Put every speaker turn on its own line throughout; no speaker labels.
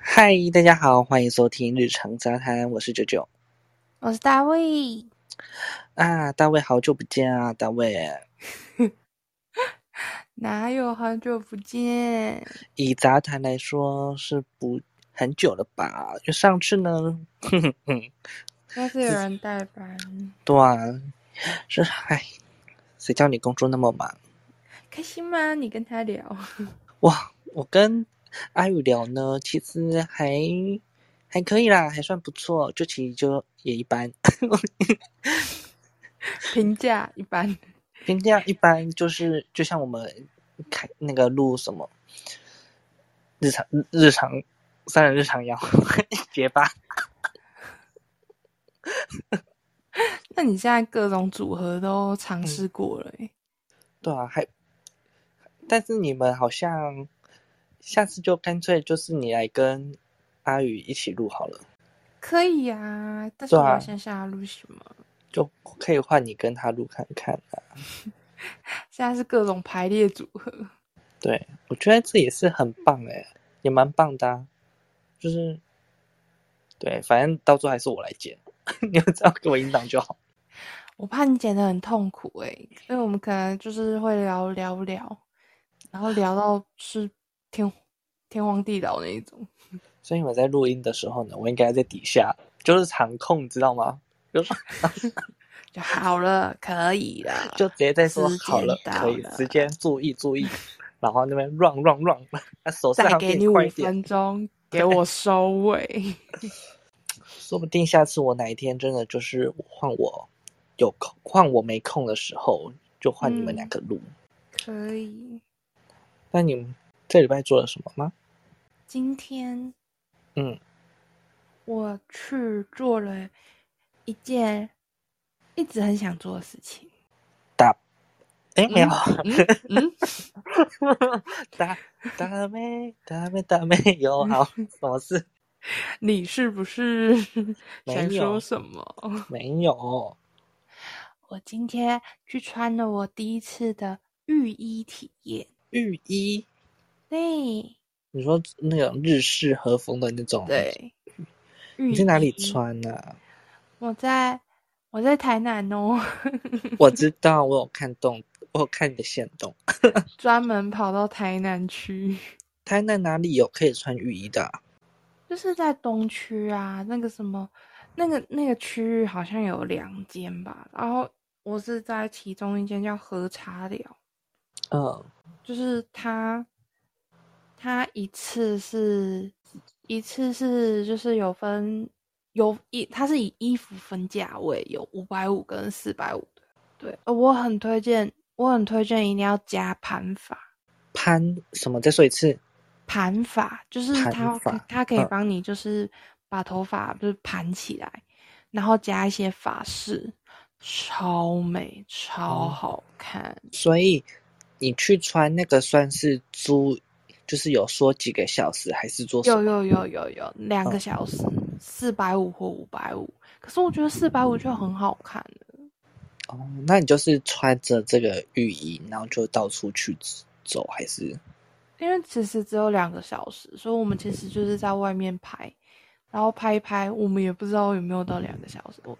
嗨，大家好，欢迎收听《日常杂谈》，我是九九
我是大卫。
啊，大卫，好久不见啊，大卫，
哪有好久不见？
以杂谈来说是不很久了吧？就上次呢， 哼哼哼，
要是有人代班，
对啊，是嗨，谁叫你工作那么忙？
开心吗？你跟他聊，
哇，我跟阿宇聊呢，其实还还可以啦，还算不错，就其实就也一般，
评价一般。
评价一般，就是就像我们开那个录什么日常日常三人日常一样， 结巴。
那你现在各种组合都尝
嗯
试过了、欸，
对啊，还，但是你们好像下次就干脆就是你来跟阿宇一起录好了，
可以啊。但是
对啊
我想想要录什么？
就可以换你跟他录看看啊。
现在是各种排列组合，
对，我觉得这也是很棒诶、也蛮棒的、啊，就是，对，反正到最后还是我来剪， 你们只要给我引导就好。
我怕你剪得很痛苦哎、因为我们可能就是会聊聊聊，然后聊到是天天荒地老那一种。
所以我在录音的时候呢，我应该在底下就是场控，知道吗？ 就是。
就好了，可以了
就直接在说
时间
好了，
到
可以
了
时间注意注意， 然后那边 run run run，那手上
再给你五
快一点，
分 钟，给我收尾。
说不定下次我哪一天真的就是换我有空，换我没空的时候，就换你们
嗯
两个录。
可以，
那你们这礼拜做了什么吗？
今天
嗯，
我去做了一件一直很想做的事情。
哎，没有，
嗯，
大大妹大妹大妹有 好什么事？
你是不 是
没
想
有
说什么？
没有，
我今天去穿了我第一次的浴衣体验。
浴衣。
对
你说那种日式和风的那种，，
对，
你
你
在哪里？穿呢、
我在我在台南哦。
我知道，我有看动，我有看你的线动。
专门跑到台南区，
台南哪里有可以穿浴衣的啊、
就是在东区啊，那个什么，那个那个区域好像有两间吧，然后我是在其中一间叫和茶寮，
嗯，
就是它，它一次是一次是就是有分有一，它是以衣服分价位，有五百五跟四百五的，对，呃我很推荐，我很推荐一定要加盘法。
潘什么？再说一次。
盘法，就是
盘
它可
法
它可以
嗯
帮你就是把头发就是盘起来，然后加一些发饰，超美超
嗯
好看。
所以你去穿那个算是租，就是有说几个小时还是做什
有
么？
有有有有，两个
嗯
小时，四百五或五百五，可是我觉得四百五就很好看了。
哦，那你就是穿着这个浴衣，然后就到处去走，还是？
因为其实只有两个小时，所以我们其实就是在外面拍，然后拍一拍，我们也不知道有没有到两个小时，我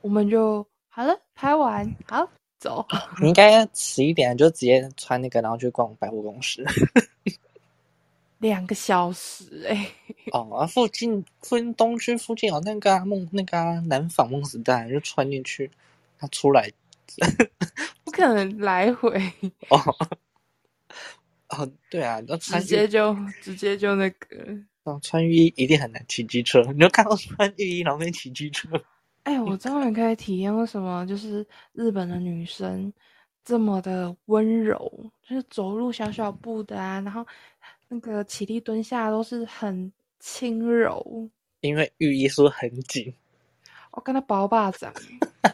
我们就好了，拍完好走。
你应该迟一点就直接穿那个，然后去逛百货公司。
两个小时哎、
哦，啊，附近附近东区附近有那个、啊、梦那个、啊、南纺梦时代，就穿进去，他出来
不可能来回，
哦，哦，对啊，要穿
直
浴
接就直接就那个。
哦穿浴衣一定很难骑机车，你就看到穿浴衣然后跟骑机车，
哎、我终于可以体验为什么就是日本的女生这么的温柔，就是走路小小步的啊，然后那个起立蹲下都是很轻柔。
因为浴衣是不是很紧？
我跟他薄巴掌，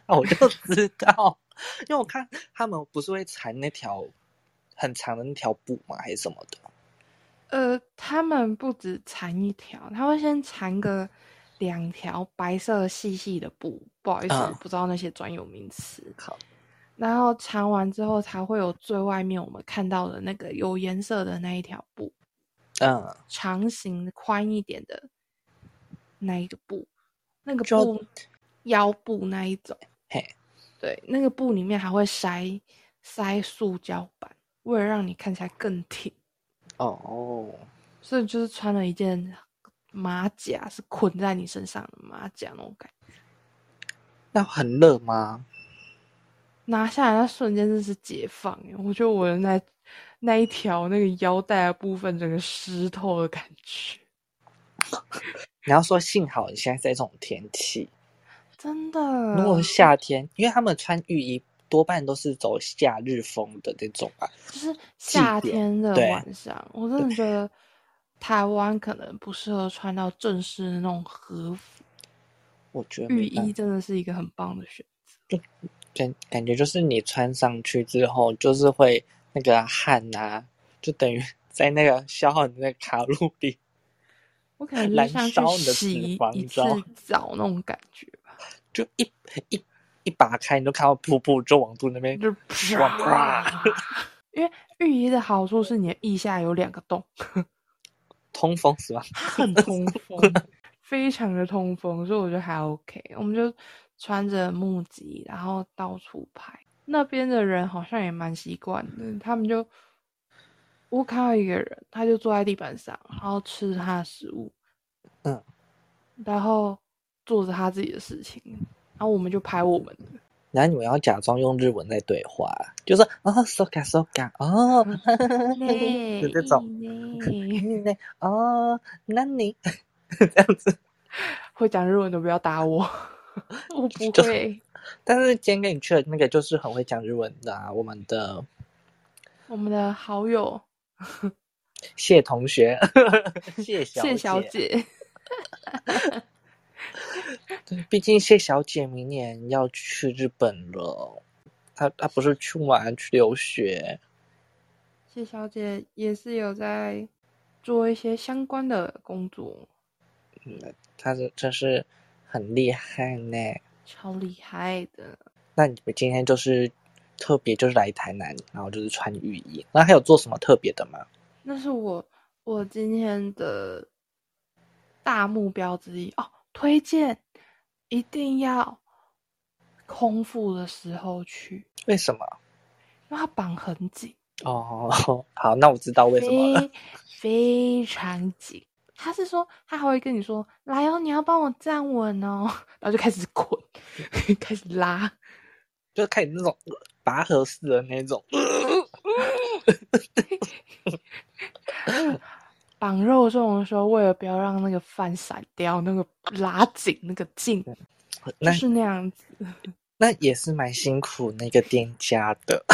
我就知道，因为我看他们不是会缠那条很长的那条布嘛，还是什么的？
呃，他们不止缠一条，他会先缠个两条白色细细的布，不好意思，
嗯
我不知道那些专有名词。
好，
然后缠完之后才会有最外面我们看到的那个有颜色的那一条布。
嗯，
长型宽一点的那一个布，那个
就
布腰布那一种，
嘿，
对，那个布里面还会塞塞塑胶板，为了让你看起来更挺，
哦，
所以就是穿了一件马甲，是捆在你身上的马甲那种感觉，
那很热吗？
拿下来那瞬间真是解放耶，我觉得我的那那一条那个腰带的部分整个湿透的感觉。
你要说幸好你现在在这种天气，
真的，
如果是夏天，因为他们穿浴衣多半都是走夏日风的那种吧。
就是
祭
夏
典
天的
对
晚上，我真的觉得台湾可能不适合穿到正式的那种和服，
我觉得
浴
没办
衣真的是一个很棒的选择。
感感觉就是你穿上去之后，就是会那个汗啊，就等于 在那个消耗你的卡路里。
我可能就
燃
是像
烧
去
你的
洗
脂
一
肪
一次
糟
澡那种感觉吧，
就一一一拔开，你就看到瀑布就往肚那边，
就
哇
啪
啪。
因为浴衣的好处是你的腋下有两个洞，
通风是吧？
它很通风，非常的通风，所以我觉得还 OK。我们就穿着木屐，然后到处拍。那边的人好像也蛮习惯的，他们就我看到一个人，他就坐在地板上，然后吃他的食物，
嗯，
然后做着他自己的事情，然后我们就拍我们的。
然后你们要假装用日文在对话，就说哦，soka soka，哦，
累
有这种，
累
那哦，那你这样子，
会讲日文的不要 打我，我不
就
会。
但是今天跟你去的那个就是很会讲日文的、啊，我们的
我们的好友
谢同 学，谢小
谢小姐。
对，毕竟谢小姐明年要去日本了，她她不是去玩去留学，
谢小姐也是有在做一些相关的工作，
她是真是很厉害呢。
超厉害的。
那你们今天就是特别就是来台南，然后就是穿浴衣，那还有做什么特别的吗？
那是我我今天的大目标之一哦，推荐一定要空腹的时候去，
为什么？
因为它绑很紧，
哦， 好，那我知道为什么了。
非非常紧。他是说，他还会跟你说：“来哦，你要帮我站稳哦。”然后就开始捆， 开始拉。
就看你那种呃拔河式的那种，
绑肉粽的时候，为了不要让那个饭散掉，那个拉紧那个劲，就
那
是那样子。
那也是蛮辛苦那个店家的。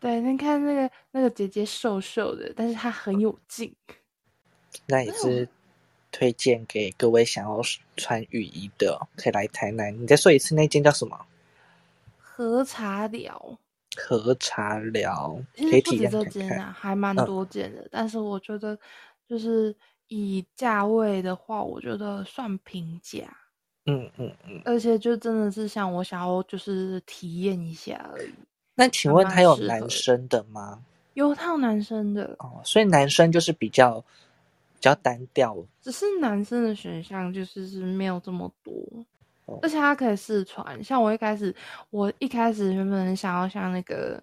对，你看那个那个姐姐瘦瘦的，但是她很有劲。
那也是推荐给各位想要穿浴衣的，可以来台南。你再说一次，那间叫什么？
喝茶寮
和茶寮，
其
可以
实不
体
止
验
这
看
间
看。
啊，还蛮
嗯
多间的，但是我觉得就是以价位的话，我觉得算平价，
嗯嗯嗯。
而且就真的是像我想要就是体验一下而已。
那请
还
问
蛮
他有
适合
男
的
生的吗？
有套男生的，
哦，所以男生就是比较比较单调。
只是男生的选项就是是没有这么多
哦，
而且它可以试穿。像我一开始，我一开始原本很想要像那个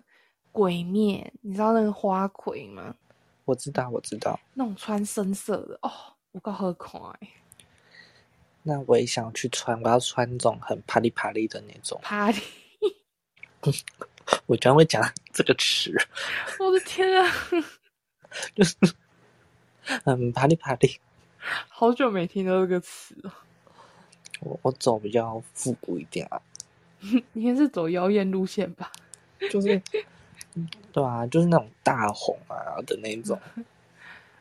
鬼灭，你知道那个花魁吗？
我知道，我知道。
那种穿深色的哦，我够好看欸，
那我也想去穿，我要穿那种很啪里啪里的那种。
啪里！
我居然会讲这个词，
我的天啊，
就是嗯啪里啪里。
好久没听到这个词哦了。
我我走比较复古一点啊，
你应该是走妖艳路线吧？
就是嗯 对啊，就是那种大红啊的那种，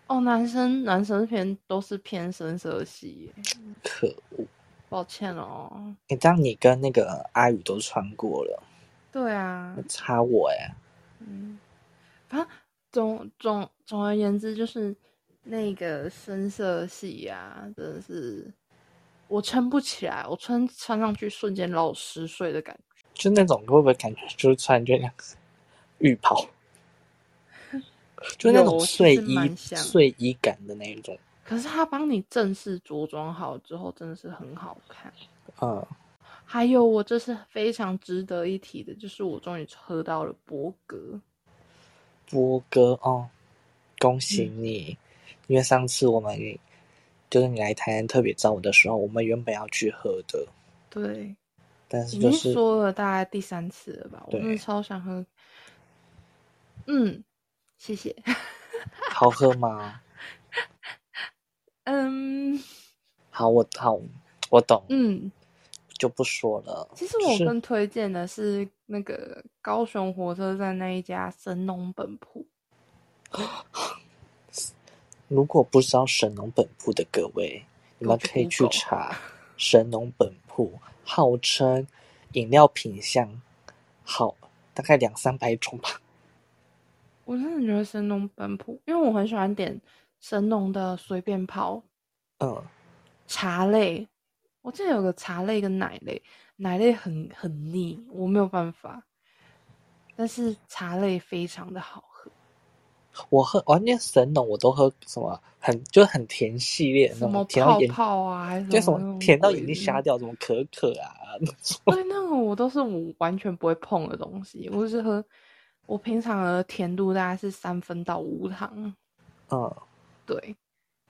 哦，男生男生偏都是偏深色系耶，
可恶！
抱歉哦。
你、这样你跟那个阿宇都穿过了，
对啊，
差我哎、
嗯，反正总总总而言之，就是那个深色系啊，真的是我撑不起来，我穿穿上去瞬间老十岁的感觉。
就那种会不会感觉就是穿就像浴袍？就那种
有
睡
其实
衣
蛮像
睡衣感的那一种，
可是他帮你正式着装好之后，真的是很好看。
嗯，
还有，我这是非常值得一提的，就是我终于喝到了博格。
波哥哦，恭喜
嗯
你，因为上次我们就是你来台湾特别找我的时候，我们原本要去喝的，
对，
但是
已
就
经
是
说了大概第三次了吧，我真的
对
超想喝。嗯，谢谢。
好喝吗？
嗯
好，我好，我懂，
嗯，
就不说了。
其实
就
我
是
更推荐的是那个高雄火车站那一家神农本铺。
如果不知道神农本铺的各位，你们
去
可以去
Google
查神农本铺，号称饮料品相好，大概两三百种吧。
我真的觉得神农本铺，因为我很喜欢点神农的随便泡
嗯，
茶类。我记得有个茶类跟奶类，奶类很很腻，我没有办法。但是茶类非常的好喝，
我喝我那神农我都喝什么很就是很甜系列的
什
那
么
种，甜到
泡
眼
泡啊，还
就是什
什么那
么
种
甜到
鬼
眼睛
的
瞎掉，什么可可啊那种。
对，那种我都是我完全不会碰的东西，我就是喝。我平常的甜度大概是三分到无糖，
嗯，
对，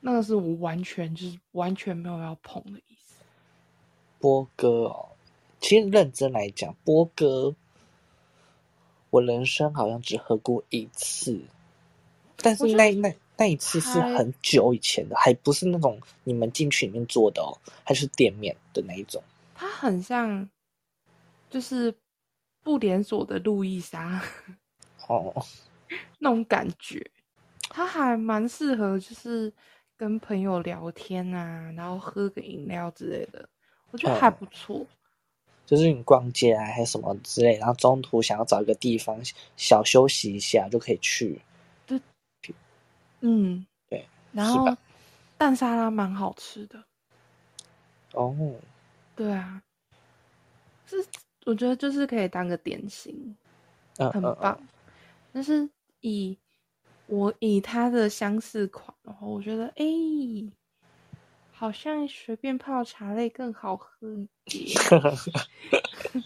那个是我完全就是完全没有要碰的意思。
波哥哦，其实认真来讲，波哥，我人生好像只喝过一次，但是
我觉得
那那那一次是
还
很久以前的，还不是那种你们进去里面做的哦，还是店面的那一种。
它很像，就是不连锁的路易莎
哦，
那种感觉，它还蛮适合就是跟朋友聊天啊，然后喝个饮料之类的，我觉得还
嗯
不错。
就是你逛街啊，还是什么之类，然后中途想要找一个地方小休息一下就可以去。
嗯，
对。
然
是吧
后蛋沙拉蛮好吃的，
哦，
对啊，是我觉得就是可以当个点心，
嗯
很
嗯
棒。但是以我以它的相似款的话，我觉得哎、诶好像随便泡茶类更好喝一点。
嗯，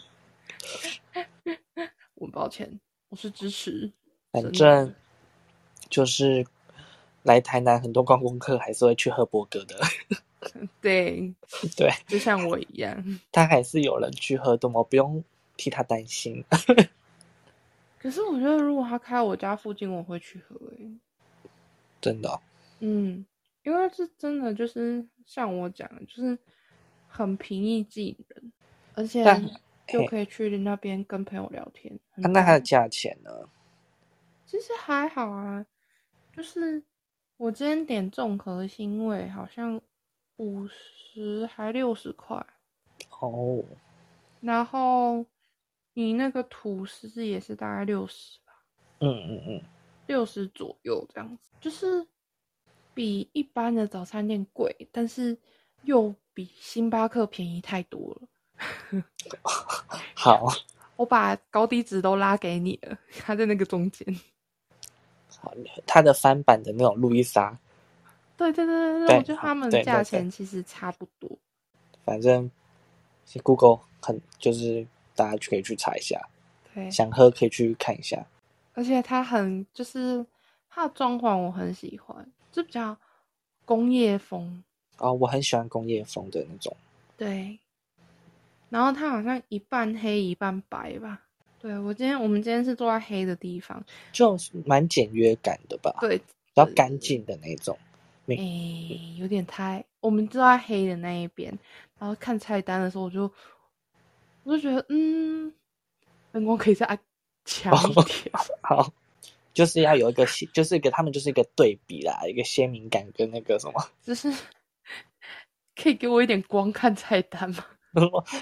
我抱歉，我是支持。
反
真的
正就是来台南很多观光客还是会去喝波哥的，
对，
对。
就像我一样。
他还是有人去喝的嘛，不用替他担心。
可是我觉得，如果他开我家附近，我会去喝、诶
真的哦、
嗯，因为这真的就是像我讲的，就是很平易近人，而且
但
就
嘿
可以去那边跟朋友聊天。很
啊那它的
棒
价钱呢？
其实还好啊，就是我今天点综合腥味，好像五十还六十块，
哦，
然后你那个吐司也是大概六十吧，
嗯嗯嗯，
六十左右这样子，就是比一般的早餐店贵，但是又比星巴克便宜太多了。
好
我把高低值都拉给你了，它在那个中间。
好，它的翻版的那种路易莎，
对对对对
对
我觉得他们
对对
价
对
钱其实差不多。
反正 Google 很就是大家就可以去查一下，
对，
想喝可以去看一下。
而且它很就是它的装潢我很喜欢，就比较工业风。
啊、我很喜欢工业风的那种，
对，然后它好像一半黑一半白吧。对我今天我们今天是坐在黑的地方，
就是蛮简约感的吧，
对，
比较干净的那种。
诶、有点太，我们坐在黑的那一边，然后看菜单的时候，我就我就觉得嗯，灯光可以再暗强一点。
好， 就是要有一个，就是一个他们就是一个对比啦，一个鲜明感跟那个什么。
就是可以给我一点光看菜单吗？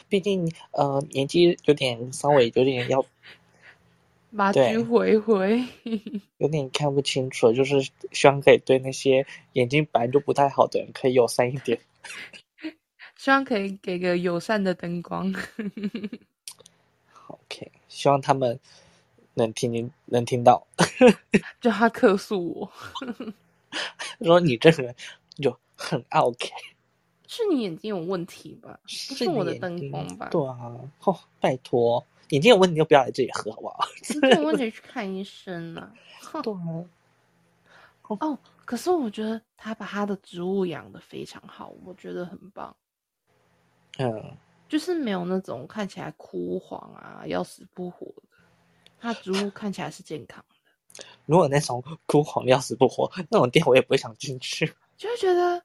毕竟呃年纪有点稍微有点要
麻
对
居回回，
有点看不清楚，就是希望可以对那些眼睛本来就不太好的人可以友善一点。
希望可以给个友善的灯光。
OK，希望他们能听见能听到，
就他客诉我，
说你这个人就很 OK，
是你眼睛有问题吧？不
是
是我的
你眼
灯
睛
光吧
对啊，哦，拜托，眼睛有问题就不要来这里喝好不 好？
你这种问题去看医生啊。
对啊，
哦，可是我觉得他把他的植物养得非常好，我觉得很棒，
嗯，
就是没有那种看起来枯黄啊、要死不活的。他植物看起来是健康，
如果那种枯黄要死不活那种店，我也不会想进去。
就会觉得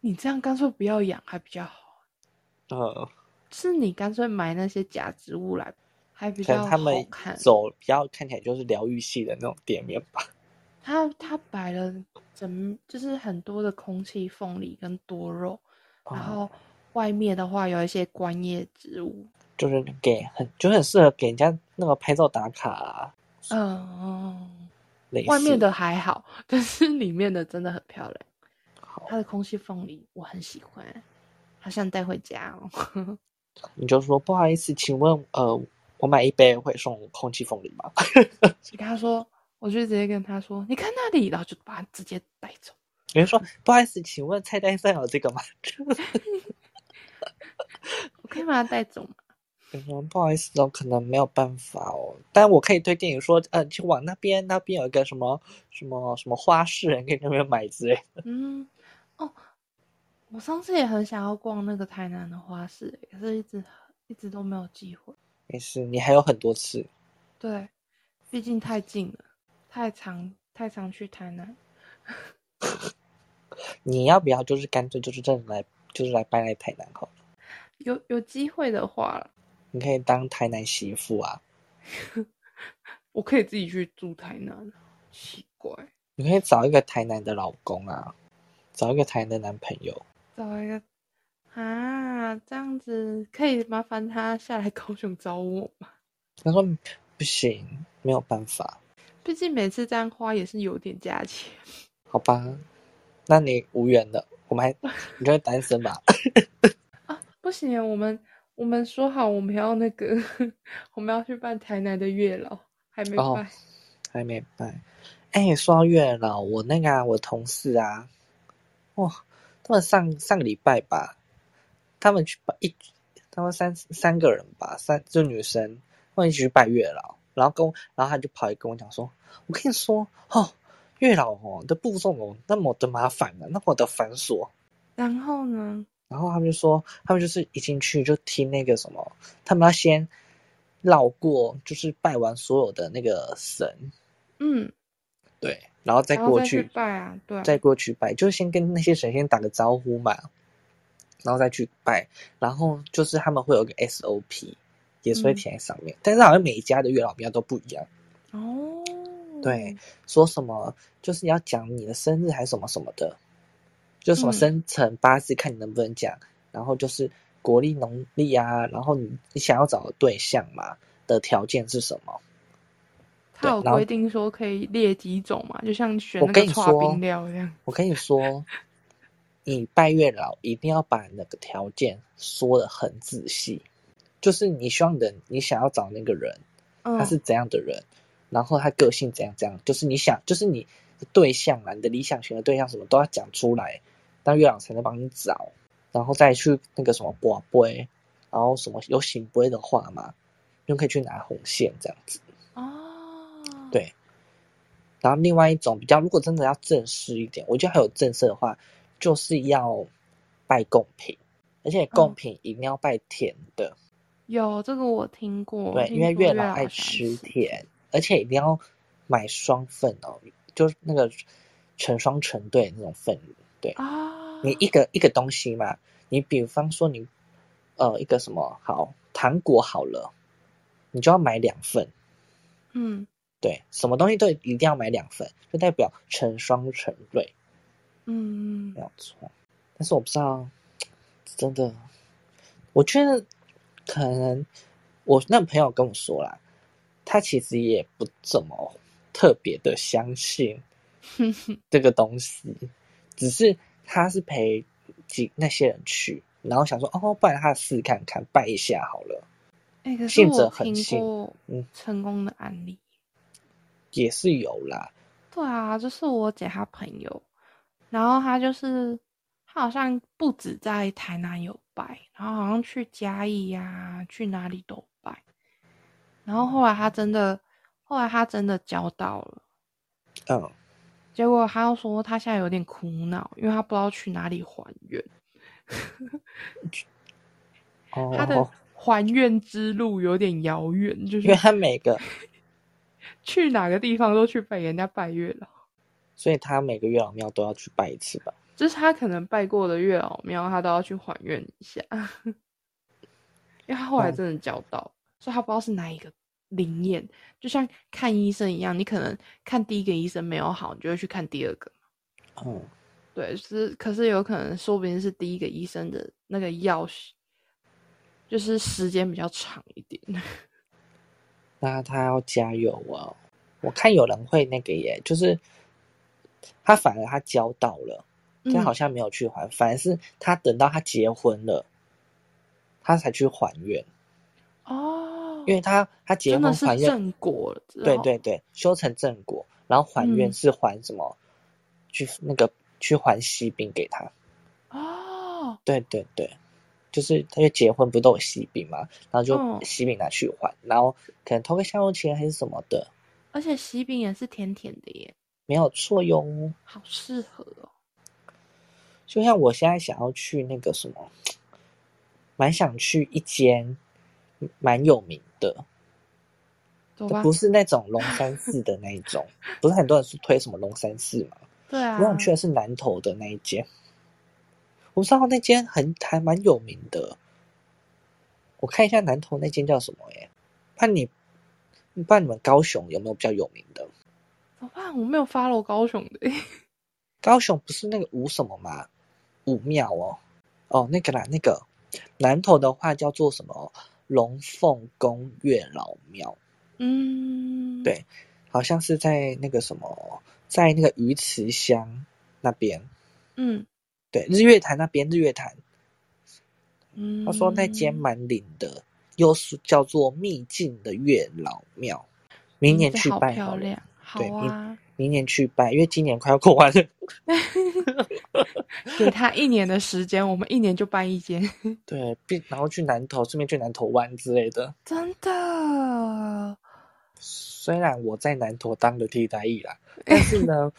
你这样干脆不要养还比较好。
嗯，
是你干脆买那些假植物来，还比
可
较
能他
好
们
看。
走比较看起来就是疗愈系的那种店面吧。
他他摆了整就是很多的空气凤梨跟多肉，然
哦
后外面的话有一些观叶植物，
就是给很就很适合给人家那个拍照打卡、啊，
嗯，
类似
外面的还好， 但是里面的真的很漂亮。
好
它的空气凤梨我很喜欢，好想带回家哦。
你就说不好意思，请问呃，我买一杯会送空气凤梨吗？
就跟他说，我就直接跟他说，你看那里，然后就把它直接带走。
有人说不好意思，请问菜单上有这个吗？
我可以把它带走吗？
有人说不好意思哦，可能没有办法哦，但我可以推荐你说，呃，去往那边，那边有一个什么什么什么花市，你可以那边买之类的。
嗯，哦，我上次也很想要逛那个台南的花市，欸可是一直一直都没有机会。
没事，你还有很多次，
对，毕竟太近了，太常太常去台南。
你要不要就是干脆就是这来就是来搬来台南好了？
有有机会的话啦，
你可以当台南媳妇啊，
我可以自己去住台南。奇怪，
你可以找一个台南的老公啊，找一个台南的男朋友。
找一个啊，这样子可以麻烦他下来高雄找我 吗？
他说嗯不行，没有办法，
毕竟每次这样花也是有点价钱。
好吧，那你无缘了，我们还你就会单身吧？
不行啊，我们我们说好我们要那个， 我们要去办台南的月老，还没
哦
办。
还没办。哎、说到月老，我那个、啊、我同事啊，哇，他们上上个礼拜吧，他们去拜一，他们三三个人吧，三就女生，他们一起去拜月老，然后跟我，然后他就跑来跟我讲说，我跟你说哦，月老哦的步骤哦那么的麻烦啊，那么的繁琐，
然后呢？
然后他们就说，他们就是一进去就听那个什么，他们要先绕过，就是拜完所有的那个神，
嗯，
对，然后再
然后
过
再去
去，
拜啊，对啊，
再过去拜，就先跟那些神仙打个招呼嘛，然后再去拜，然后就是他们会有一个 SOP，也是会
嗯
填在上面，但是好像每一家的月老庙都不一样，
哦，
对，说什么就是要讲你的生日还是什么什么的，就什么
嗯
生辰八字看你能不能讲，然后就是国历农历啊，然后你你想要找的对象嘛的条件是什么？
他有
对然后
规定说可以列几种嘛，就像选
我
那
跟
个
你
刨
说
冰料一样。
我跟你说，你拜月老一定要把那个条件说的很仔细，就是你希望的，你想要找那个人，
嗯，
他是怎样的人，然后他个性怎样怎样，就是你想，就是你的对象啊，你的理想型的对象什么都要讲出来，那月老才能帮你找，然后再去那个什么卜龟，然后什么有醒龟的话嘛，就可以去拿红线这样子。
哦，
对然后另外一种比较，如果真的要正式一点，我觉得还有正式的话，就是要拜贡品，而
嗯
且贡品一定要拜甜的，
有这个我听过，
对，
哦听
因为
说
月
老
老爱
喜
吃
欢
甜，而且一定要买双份哦，就是那个成双成对的那种份，对
啊，
你一个一个东西嘛，你比方说你呃一个什么好糖果好了，你就要买两份，
嗯
对，什么东西都一定要买两份，就代表成双成对。
嗯
没有错。但是我不知道，真的，我觉得可能我那朋友跟我说啦，他其实也不怎么特别的相信
嗯，哼
这个东西，只是他是陪几那些人去，然后想说哦，不然他试看看拜一下好了。
哎，可是
信者
我
恒
听
信
过
嗯
成功的案例。
也是有啦。
对啊，就是我姐她朋友，然后她就是她好像不止在台南有拜，然后好像去嘉义呀、去哪里都拜，然后后来她真的，后来她真的交到了，
嗯，
结果她又说她现在有点苦恼，因为她不知道去哪里还愿，她的
哦，
还愿之路有点遥远，就是
因为他每个，
去哪个地方都去拜人家拜月老。
所以他每个月老庙都要去拜一次吧。
就是他可能拜过的月老庙，他都要去还愿一下，因为他后来
嗯
真的交到，所以他不知道是哪一个灵验，就像看医生一样，你可能看第一个医生没有好，你就会去看第二个，
嗯，
对，是，可是有可能说不定是第一个医生的那个药是，就是时间比较长一 点，
那他要加油哦。我看有人会那个耶，就是他反而他交到了，但好
嗯，
像没有去还，反而是他等到他结婚了，他才去还愿，
哦，
因为他他结
真的
婚
是
还愿，
正果了之后，
对对对，修成正果，然后还愿
嗯
是还什么？去那个去还喜饼给他。
哦，
对对对，就是他就结婚不都有喜饼嘛，然后就
嗯
喜饼拿去还，然后可能投个香油钱还是什么的，
而且喜饼也是甜甜的耶，
没有错哟。
好适合哦。
就像我现在想要去那个什么，蛮想去一间蛮有名的，
走吧
不，是那种龙山寺的那一种，不是很多人是推什么龙山寺嘛？
对啊，
我想去的是南投的那一间，我不知道那间很还蛮有名的。我看一下南投那间叫什么耶？怕你，不知道你们高雄有没有比较有名的？
怎么办？我没有 follow 高雄 的欸，
高雄不是那个五什么吗？五庙哦，哦那个啦，那个南投的话叫做什么龙凤宫月老庙，
嗯，
对好像是在那个什么，在那个鱼池乡那边，
嗯
对日月潭那边日月潭，
嗯，
他说那间蛮灵的，又是叫做秘境的月老庙，明年
名字
去
嗯好
拜
漂
好了，
亮，好
对明
啊，
明年去拜，因为今年快要过完了，
给他一年的时间，我们一年就搬一 间，
对，并然后去南投，顺便去南投湾之类的。
真的，
虽然我在南投当了替代役啦，但是呢，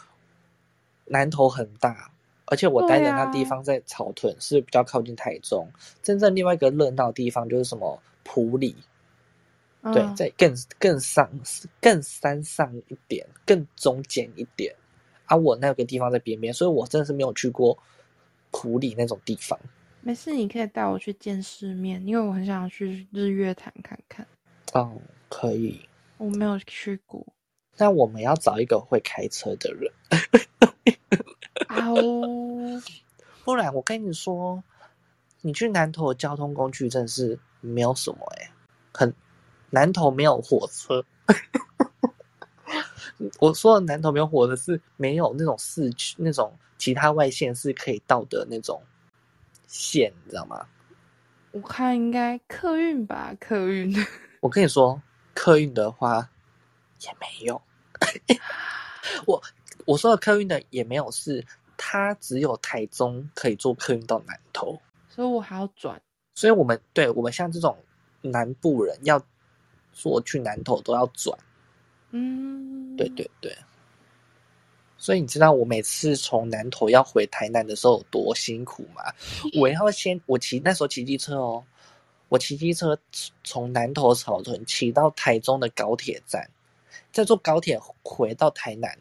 南投很大，而且我待的那地方在草屯，是比较靠近台中。真正另外一个热闹的地方就是什么埔里，对，
嗯
在更更上更山上一点，更中间一点。啊，我那个地方在边边，所以我真的是没有去过埔里那种地方。
没事，你可以带我去见世面，因为我很想去日月潭看看，
哦，可以。
我没有去过。
那我们要找一个会开车的人。
啊呜，
不然我跟你说，你去南投的交通工具真的是没有什么哎、很南投没有火车。我说的南投没有火车是没有那种市区那种其他外县市可以到的那种线，你知道吗？
我看应该客运吧，客运。
我跟你说，客运的话也没有。 我我说的客运的也没有是，它只有台中可以坐客运到南投。
所以我还要转，
所以我们对我们像这种南部人要做去南投都要转，
嗯，
对对对。所以你知道我每次从南投要回台南的时候有多辛苦吗？我要先我骑那时候骑机车哦，我骑机车从南投草屯骑到台中的高铁站，再坐高铁回到台南，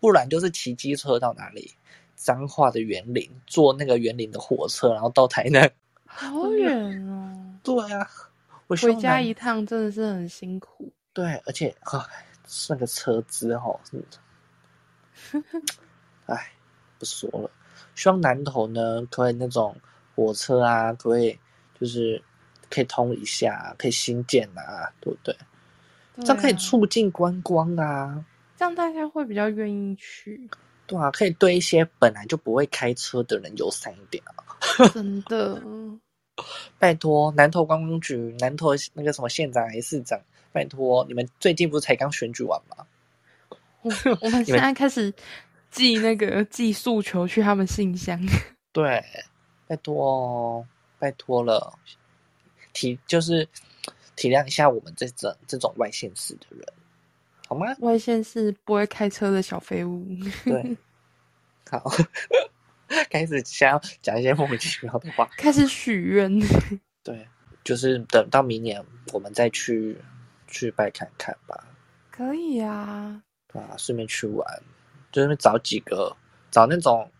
不然就是骑机车到哪里？彰化的园林，坐那个园林的火车，然后到台南。
好远哦。
对啊，我希
回
望
家
南
一趟真的是很辛苦，
对，而且啊，那个车资哈，嗯哎，不说了。希望南投呢，可以那种火车啊，可不可以就是可以通一下啊，可以新建啊，对不对？
对
这样可以
啊
促进观光啊，
这样大家会比较愿意 去，
对啊，可以对一些本来就不会开车的人友善一点啊。
真的。
拜托，南投观光局、南投那个什么县长还是市长，拜托，你们最近不是才刚选举完吗？
我我们现在开始寄那个寄诉求去他们信箱。
对，拜托哦，拜托了，体就是体谅一下我们这种这种外县市的人，好吗？
外线是不会开车的小废物。
对，好， 开始想要讲一些莫名其妙的话。
开始许愿，
对，就是等到明年我们再去去拜看看吧，
可以啊。
对吧？顺便去玩，就是找几个找那种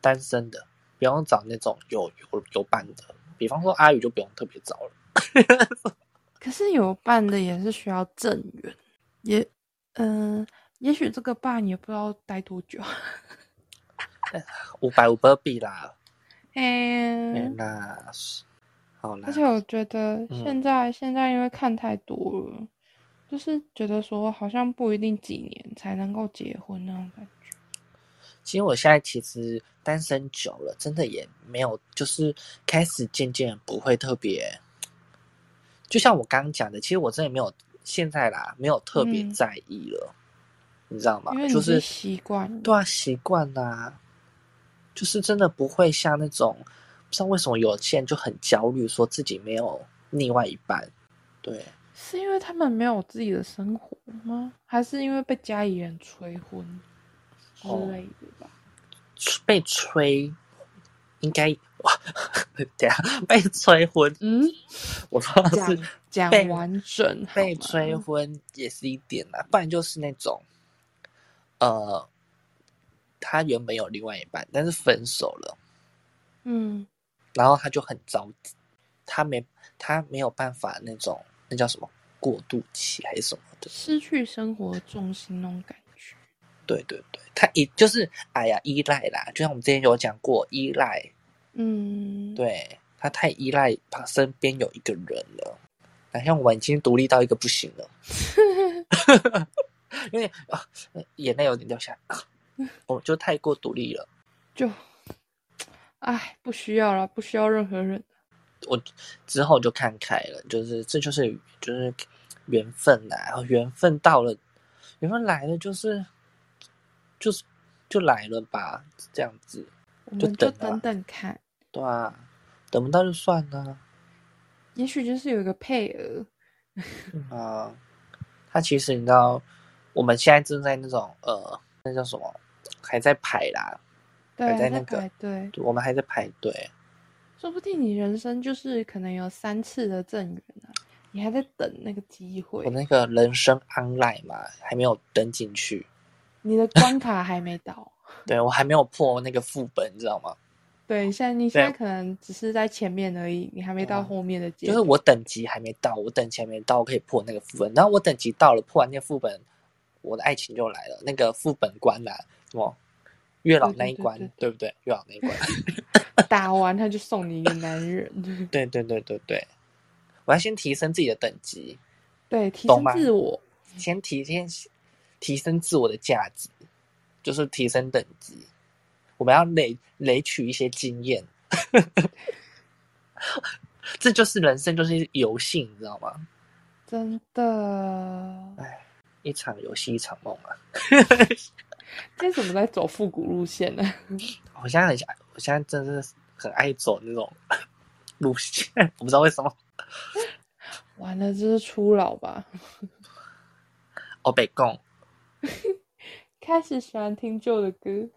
单身的，不用找那种有有有伴的。比方说阿宇就不用特别找了，
可是有伴的也是需要正缘，也嗯、呃也许这个伴也不知道待多久。
五百五百币啦，
嗯、
哎、那是好啦
而，且我觉得
嗯
现在、现在因为看太多了，就是觉得说好像不一定几年才能够结婚那种感觉。
其实我现在其实单身久了，真的也没有，就是开始渐渐不会特别，就像我刚刚讲的，其实我真的没有现在啦，没有特别
嗯
在意了，你知道吗
因为？你
就是是
习惯了
对啊，习惯啦、就是真的不会像那种不知道为什么有些人就很焦虑，说自己没有另外一半，对，
是因为他们没有自己的生活吗？还是因为被家里人催婚之
哦
类的吧？
吹被催应该哇，等一下被催婚，
嗯，
我不知道是
讲讲
被
完整好啊
被
吗
催婚也是一点啦，不然就是那种，呃，他原本有另外一半，但是分手了，
嗯，
然后他就很着急，他没他没有办法那种那叫什么过渡期还是什么的，
失去生活重心那种感觉。
对对对，他依就是哎呀依赖啦，就像我们之前有讲过依赖，
嗯，，
对他太依赖他身边有一个人了，哪像我们已经独立到一个不行了， 因为啊眼泪有点掉下来，啊我就太过独立了。
就，哎，不需要了，不需要任何人。
我之后就看开了，就是这就是就是缘分呐、然后缘分到了，缘分来了就是就是就来了吧，这样子，
我
就
们就
等啊
等等看，
对啊，等不到就算了
也许就是有一个配额。
啊。他其实你知道，我们现在正在那种呃，那叫什么，还在排啦，
对，
还在
还
那
在
个
排队，
我们还在排队，
说不定你人生就是可能有三次的正缘啊，你还在等那个机会
我，那个人生 online 嘛，还没有登进去，
你的关卡还没到。
对我还没有破那个副本，你知道吗？
对，现在你现在
对
可能只是在前面而已，你还没到
嗯
后面的阶
就
段。
是我等级还没到，我等级还没到，我可以破那个副本。然后我等级到了，破完那个副本，我的爱情就来了。那个副本关啦、什么月老那一关，
对
对不对？月老那一关，
打完他就送你一个男人，
对对对对对。我要先提升自己的等级，
对，提
懂
升
吗
自我，
先提先提升自我的价值，就是提升等级。我们要累累取一些经验， 这就是人生，就是游戏，你知道吗？
真的。
一场游戏一场梦啊！
今天怎么在走复古路线呢？
我现在很想，我现在真的是很爱走那种 路线，我不知道为什么。
完了，这是初老吧？
哦，北贡，
开始喜欢听旧的歌，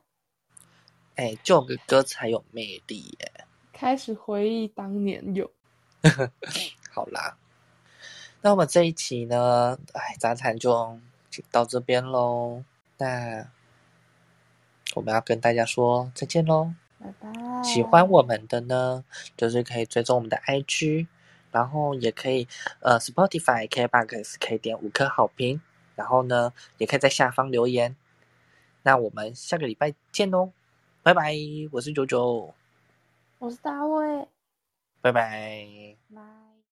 哎、旧的歌才有魅力耶。
开始回忆当年有。
好啦，那我们这一期呢，哎，杂谈就到这边喽。那我们要跟大家说再见喽。
拜拜。
喜欢我们的呢，就是可以追踪我们的 IG，然后也可以呃 Spotify、KBox 可以点五颗好评，然后呢也可以在下方留言。那我们下个礼拜见喽，拜拜！我是九九，
我是大卫，
拜拜。
拜。